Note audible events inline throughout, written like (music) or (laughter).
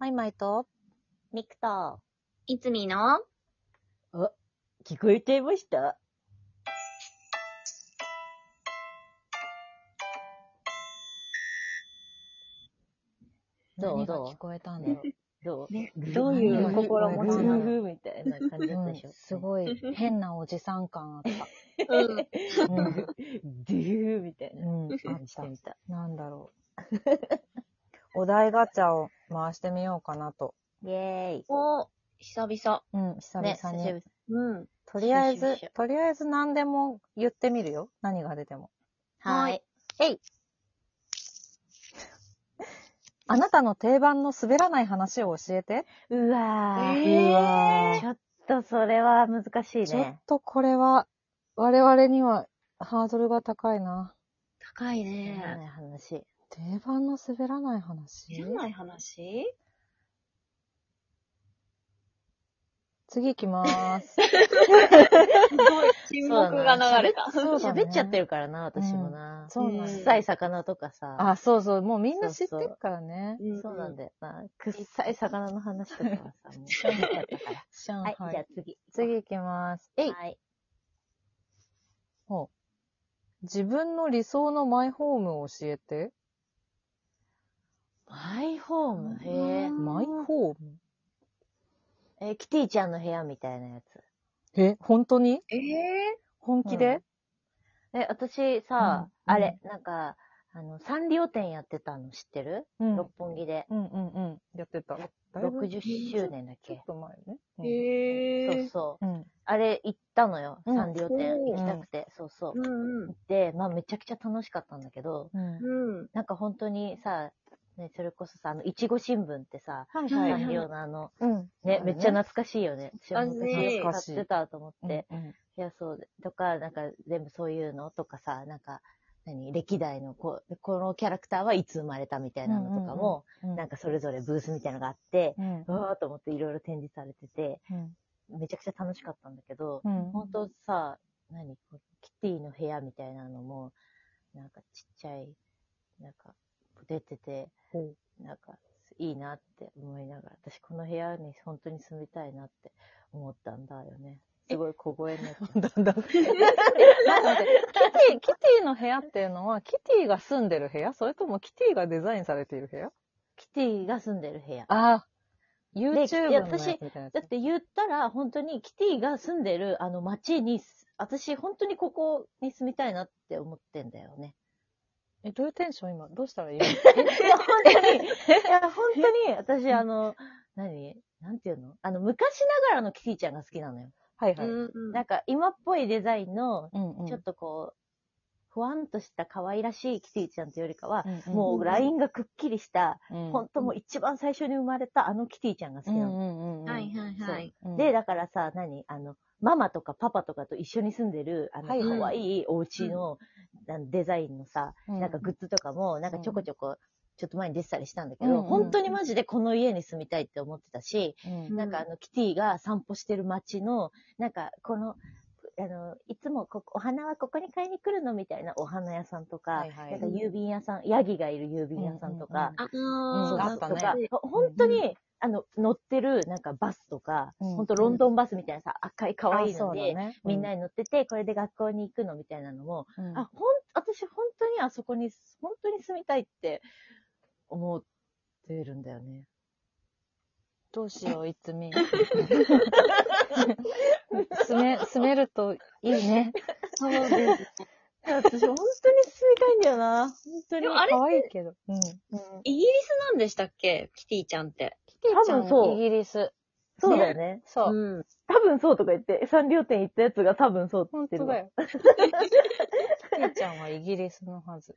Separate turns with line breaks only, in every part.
マイマイと、
ミクと、
いつみの、
聞こえちゃいましたどう
何が
どう
聞こえたんだろ
どう、
ね、
(laughs) どうい
何
う
が聞こ
心
え
持
る
ち
の
夫婦みたいな感じだ
う。
った
うん
でしょ、
すごい変なおじさん感あった。
うん。
うん、
ドゥルーみたいな
(laughs) うん、あ
感
っ
じしたて。みた。
なんだろ (laughs) う。お題ガチャを回してみようかなと。
イェーイ。
お、久々。
うん、久
ね、
々に。
久々
うん。
とりあえ
よ
ず
しよしよし、
とりあえず何でも言ってみるよ。何が出ても。
はい。
あなたの定番の滑らない話を教えて。
うわ
え
ー、
ー
うわ
ちょっとそれは難しい
ーちょっ
ね。
とこれは、我々にはハードルが高いな。
高い
ね
ね。
話。
定番の滑らない話
知らない話
次行きまー
(laughs)
す。
すごい、沈
黙が流
れた。
そうだね
喋っちゃってるからな、私もな。
そうなん
う
だ
ん
臭い魚とかさ。
あ、そうそう。もうみんな知ってるからね。
そうなんだ
だ。
よな。臭い魚の話とかはさ、もうしょうがなかったから。
上
はい、じゃ
海。
あ次。
次行きます。えい。
はい。
自分の理想のマイホームを教えて。
マイホーム。へ
う
え
ん
マイホーム
えー、キティちゃんの部屋みたいなやつ。
え、本当に
ええ
本気で、
え、私
う
さ、
ん
あれ、なんか、あの、サンリオ店やってたの知ってる、
うん
六本木で。
うんうんうん。やってた。だいぶ
60周年だっ
ちょっ
け、
と前ね。うん
え
そう
え
そう。
うん。
あれ、行ったのよ。
うん
サンリオ店
お
行
ー
きたくて。そうそうう。
んうん。
で、まあ、めちゃくちゃ楽しかったんだけど、
うん。
うん。
なんか本当にさ、ね、それこそさ、あの、いちご新聞ってさ、
はい
は
サ
い
ンリオのあの、
うん。
ね、めっちゃ
な、
懐かしいよね。私も昔
懐
かしい
買ってたと思って。
うんうん
いや、そうで。とか、なんか、全部そういうのとかさ、なんか、何、歴代のこ、このキャラクターはいつ生まれたみたいなのとかも、
うん
なんかそれぞれブースみたいなのがあって、
うん
うわーと思っていろいろ展示されてて、
うん
めちゃくちゃ楽しかったんだけど、
うん
本当さ、何、こうキティの部屋みたいなのも、なんかちっちゃい、なんか、出てて、
ほ
なんか、いいなって思いながら、私この部屋に本当に住みたいなって思ったんだよね。すごい小声になっ
(laughs)
ちゃった
うだんだん。キティ、キティの部屋っていうのは、キティが住んでる部屋それともキティがデザインされている部屋
キティが住んでる部屋。
ああ。YouTube の
いや
やつ
私
みたいなやつ
だって言ったら、本当にキティが住んでるあの街に、私本当にここに住みたいなって思ってんだよね。
え、どういうテンション今どうしたらいい (laughs)
いや、本当に、いや、本当に、私あの、何なんていうのあの、昔ながらのキティちゃんが好きなのよ。
はいはい。
うん
なんか今っぽいデザインの、
うんうん
ちょっとこう、ふわんとした可愛らしいキティちゃんというよりかは、
うん
もうラインがくっきりした、
うん
本当もう一番最初に生まれたあのキティちゃんが好きなの。
うんうんうんうん
はいはいはい。
うん
で、だからさ、何あの、ママとかパパとかと一緒に住んでる、あの、
はいはい
可愛いお家の、あのデザインのさ、
うん
なんかグッズとかも、なんかちょこちょこ、ちょっと前に出てたりしたんだけ
うん
ど、
うん
本当にマジでこの家に住みたいって思ってたし、
うん
なんかあの、キティが散歩してる街の、なんかこの、あの、いつもここお花はここに買いに来るのみたいなお花屋さんとか、
はいはい
なんか郵便屋さん、ヤギがいる郵便屋さんとか、
あ
うん
そう
あ
あ
だ
っ
と
た
か、
ね
本当に、あの、乗ってる、なんかバスとか、
うん
本当ロンドンバスみたいなさ、赤い可愛い
あそ
の
うだ
で、
ね
みんなに乗ってて、これで学校に行くのみたいなのも、
うん
あ、ほん、私本当にあそこに、本当に住みたいって思ってるんだよね。
どうしよう、いつ (laughs) み。住め、住めるといい (laughs) ね。
そうです。
いや私本当に住みたいんだよな。本当に。
でもあれ
可愛いけど。うん。キ
うん
イギリスなんでしたっけキティちゃんって。
ティちゃん
多分そう
イギリス。
そうだよね。
そう。
ん。
多分そうとか言って、サンリオ店行ったやつが多分そうって言
本
って
当だ
るわ。
(laughs) よ。キティちゃんはイギリスのはず。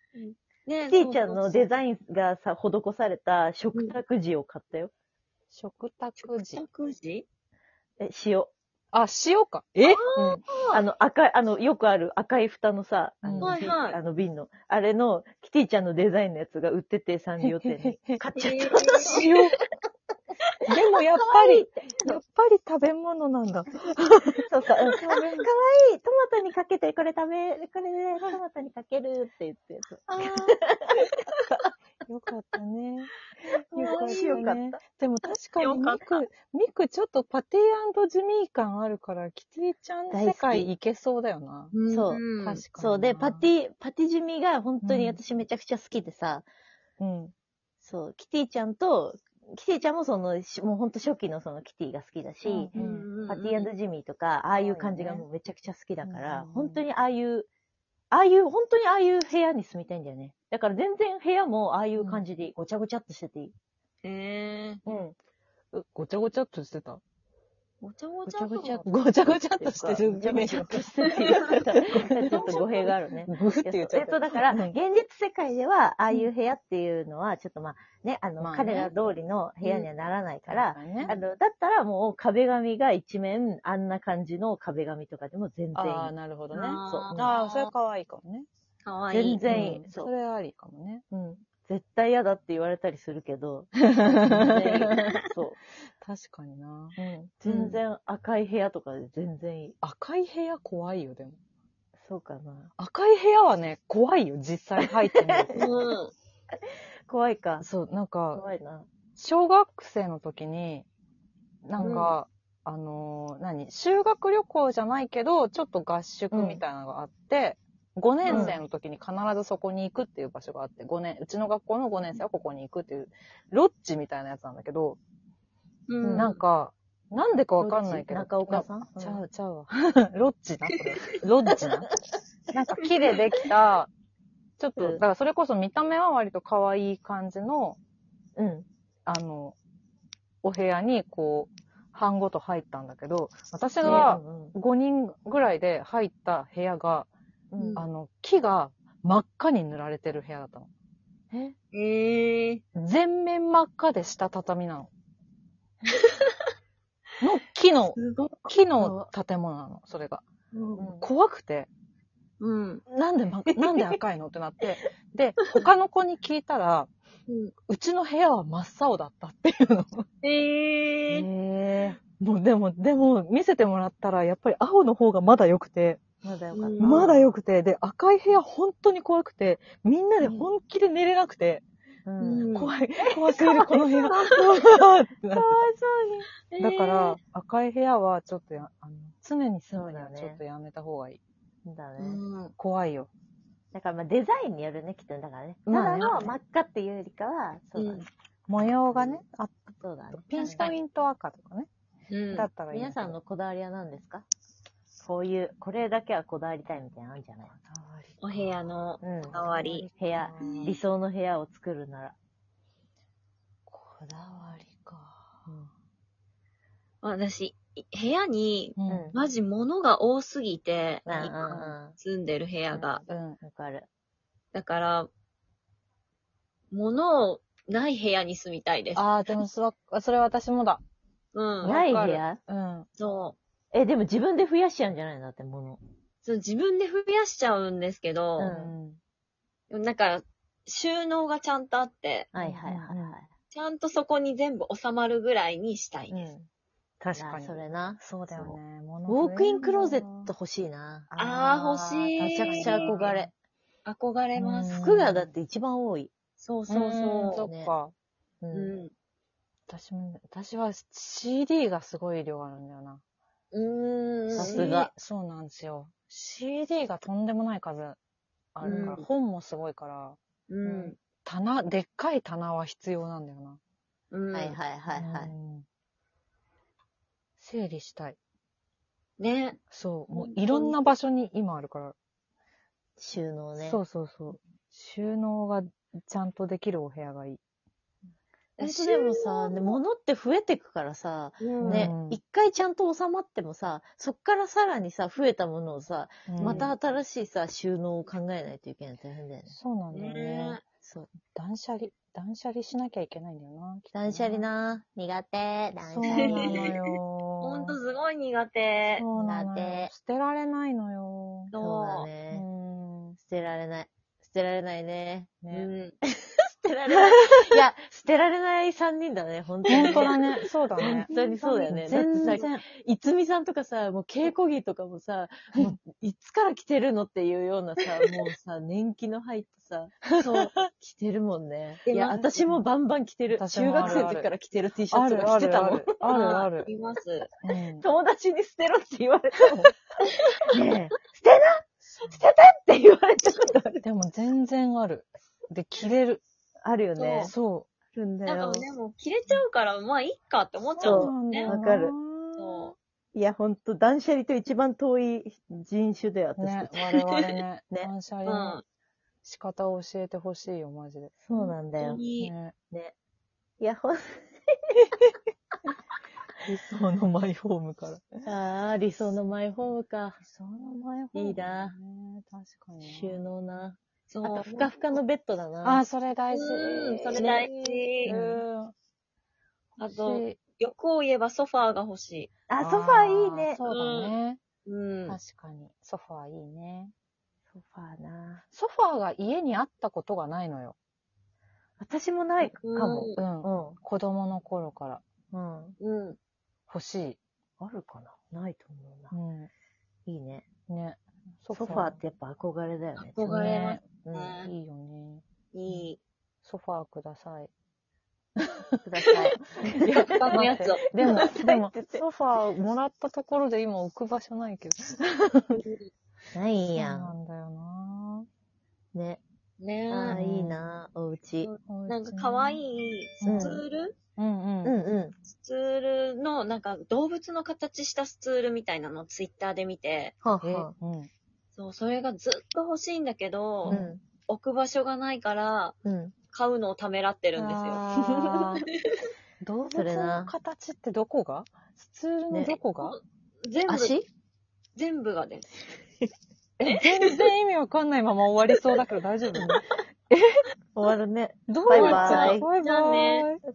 ね
キティちゃんのデ
イン。
ザインがさ、施された食卓時を買ったよ。
食卓時。
食事
え、塩。
あ、塩か。え
あの、赤い、あの、よくある赤い蓋のさ、あの、
はい
瓶
はい
あの瓶の、あれの、キティちゃんのデザインのやつが売ってて、サンリオ店に。買っちゃっ (laughs)
え
塩。 (laughs) でもやっぱり、やっぱり食べ物なんだ。
た。そうか、うん、かわいいトマトにかけて、これ食べ、これで、トマトにかけるって言って。
あー
(laughs) よかったね。
よかっ
かったね
強かった。
でも確かに
よかっ
ミ
た
ク、ミクちょっとパティジミー感あるから、キティちゃん世界いけそうだよな。
そう
う
確
ん
かに。
そう。で、パテ
ィ、
ィ、パティジュミが本当に
うん
私めちゃくちゃ好きでさ、
うん。
そう、キティちゃんと、キティちゃんもその、しもう本当初期のそのキティが好きだし、
うん
うん
パティジュミーとか、ああいう感じが
そうよね
もうめちゃくちゃ好きだから、
うん
本当にああいう、ああいう、本当にああいう部屋に住みたいんだよね。だから全然部屋もああいう感じでごちゃごちゃっとしてていい。
へえ。
うん。
うごちゃごちゃっとしてた。
ごちゃご
ご
ち
ち
ゃ
ゃ
と
ごちゃ。
ごちゃごちゃっとしてる
ごちゃごちゃっとしてて。ちょっと語弊があるね。
グフって言っちゃ
え
っ
っと、
た。
だから、
うん
現実世界では、ああいう部屋っていうのは、ちょっとまあ、ね、あの、
まあね
彼ら通りの部屋にはならないから、
ね
あの、だったらもう壁紙が一面、あんな感じの壁紙とかでも全然いい。
ああ、なるほどね。
あー
そう。ああ、それは可愛いかもね。
かわいい。
全然いい
うん
そう
それはありかもね。
うん。絶対嫌だって言われたりする
(laughs)
けど、全然いい
確
そ
かにな。
う。うん。全然赤い部屋とかで全然いい。
赤い部屋怖いよ、でも。
そうかな。
赤い部屋はね、怖いよ、実際入ってみる
うん。
怖いか (laughs)
と。。そう、なんか、
怖いな。
小学生の時に、なんか、あのー何、修学旅行じゃないけど、ちょっと合宿みたいなのがあって、5年生の時に必ずそこに行くっていう場所があって、5年、うちの学校の5年生はここに行くっていう、ロッジみたいなやつなんだけど、
うん。
なんか、なんでかわかんないけど。
中岡さん
ちゃうちゃうわ。 (laughs) ロッジな、これ。ロッジな。なんか木でできた、ちょっと、
うん
だからそれこそ見た目は割と可愛い感じの、
うん。
あの、お部屋にこう、班ごと入ったんだけど、私が5人ぐらいで入った部屋が、
うん、うん。
あの、木が真っ赤に塗られてる部屋だったの。
え
へえ。
全面真っ赤で下畳
(laughs)
なの。の木の、
すごい。
木の建物なの、それが。
うん
怖くて、
うん。
なんで、
(laughs)
ま、なんで赤いのってなって、で、他の子に聞いたら、うちの部屋は真っ青だったっていうの。
へえ。
え
もうでも、でも、見せてもらったら、やっぱり青の方がまだ良くて、
ー、まだよかった。
うん
まだ良くて、で、赤い部屋本当に怖くて、みんなで本気で寝れなくて、
うん。
うん
怖い、怖すぎる、この部屋。うわーってなってだから、赤い部屋はちょっとや、あの、常に住むには
そうだ
ち
よね
ょっとやめた方がいい。
だね
う。ん。
怖いよ。
だからまあデザインによるね、きっと。だからね。た
まあ
だ
ね
の真っ赤っていうよりかは、そうだ
うん
ね。
模様がね、あっ
そうだね
た。ピンポイント赤とかね。
うん
だったらいいだ
皆
けど。
さんのこだわりは何ですかこういう、これだけはこだわりたいみたいなのあるんじゃない
お部屋の
うん。
こだわり。
部屋、理想の部屋を作るなら。
こだわりか。
私、い部屋に、
うん。
うん
マジ物が多すぎて、
うんうん
今
うん。
住んでる部屋が。
うん。
わかる。
だから、物ない部屋に住みたいです。
ああ、でもそわそれ私もだ。
うん。
ない
わ
部
か
屋
うん。
そう。
え、でも自分で増やしちゃうんじゃないのだって、物。
そう自分で増やしちゃうんですけど、
う
でもなんか、収納がちゃんとあって、
はいはいはいは
ちゃんとそこに全部収まるぐらいにしたい
い。う
です。
ん。
確か
な
に。
それな。
そうだよね。物増えるよ
ウォ
な
ークインクローゼット。欲しいな。
あー欲しい
めちゃくちゃ憧れ。
憧れます。
うん
服がだって一番多い。
そう
そう
そう
そう。そ
そ
ん
っか。
う
う。うん。
私も、私は CD がすごい量あるんだよな。
うーん。
さすが
CD そうなんですよ。CD がとんでもない数あるから、
うん
本もすごいから、
うん。
棚、でっかい棚は必要なんだよな。
うん。
はいはいはいは
う
い。
ん整理したい。
ね。
そう。もう
本当に
いろんな場所に今あるから。
収納ね。
そうそうそう。収納がちゃんとできるお部屋がいい。
本当でもさ、で物って増えてくからさ、
うん
ね
うん、
一回ちゃんと収まってもさ、そっからさらにさ、増えたものをさ、
うん
また新しいさ、収納を考えないといけない。大変だよね。
そうなんだよね
ね。
そう。
断捨離、断捨離しなきゃいけないんだよな。きっとね
断捨離。な苦手。断捨
そうな
離。
の
(laughs)
よ。
ほんと
そ
すごい苦手。
うなのよ
苦手
捨てられないのよ。
そうだ
そ
うん
ね。捨てられない。捨てられないね。
う。 (laughs)
ね。
うん。
てられ (laughs) ない。いや、捨てられない3人だね、本当に。
本当だね。そうだね
本。当にそうだよね。だって
全
さ、
然。
いつみさんとかさ、もう稽古着とかもさ、もういつから着てるのっていうようなさ、もうさ、年季の入ったさ、そう、着てるもんね。い
着てます
や、私もバンバン着てる。
私
中
もある
学生の時から着てる T シャ
あ
ツと
る
か
あ
着て
る
た
あ
もん
る。。あるあ
(laughs)
る。
います。
うん
友達に捨てろって言われたもん。ねえ、捨てな捨ててって言われたことある。
でも全然ある。で、着れる。
あるよ
ね
そ
あるんだ
なん
よ
か。でも、切れちゃうから、まあ、いっかって思っ
う。
ちゃ
そうう
もんね
な。んだわかる
そ
いや、ほんと、断捨離と一番遠い人種だよ、私た
ね我
ち。、
々ね、
(laughs) ね
断捨
う。
離
うん。
の
本
仕方を教えてほしいよ、マジで。
そうなんだ
当
よ。
に。
ね、
いや、ほん
理想のマイホームから。
ああ、理想のマイホームか。
理想のマイホーム、ね。
いいな。
確かにな。
収納な。
そ
あと、ふかふかのベッドだな。
あ、それ大事。
うんそれ大事
うん。
あと、
し
欲を言えばソファーが欲し
あ、ソファーいいね。
そうだね、
い。うん。
確かに。ソファーいいね。
ソファーな。
ソファーが家にあったことがないのよ。
私もないかも。
う
うん。
う
子供の頃から
ん。うん。
ん。うん。
欲しい。
あるかなないと思うな。
う
いいね。
ん。ね。ソ
ソファーってやっぱ憧れだよね。
憧れます
うん。
ね
いいよね。
いい。
ソファーください。
ください。
他のやつ
(laughs)
を。
でも、でも
くださいって言って、
ソファーもらったところで今置く場所ないけど。
ない
そう
や。
んなんだよな
ね。
ね
ああ、
うん
いいな。おうち。
ぁ。
なんか可愛
い。
いス
うん
ツール、
うん
う
うん
ん。う
スツールの、なんか動物の形したスツールみたいなのをツイッターで見て、
ん。はあ
え
は
うん。
そう、それがずっと欲しいんだけ
あ。
ど、
うん。
置く場所がないから、
うん。
買うのをためらってるんですよ。
あ
(laughs)
ー動
それ
物
な
の形ってどこがスツールのどこが、
全部、
足
全部がです。
え全然意味わかんないまま終わりそうだけど大丈夫
終わるね。
どう
バイ
なっちゃ
バイ
うバイ
じゃあ
バ
ね
イ。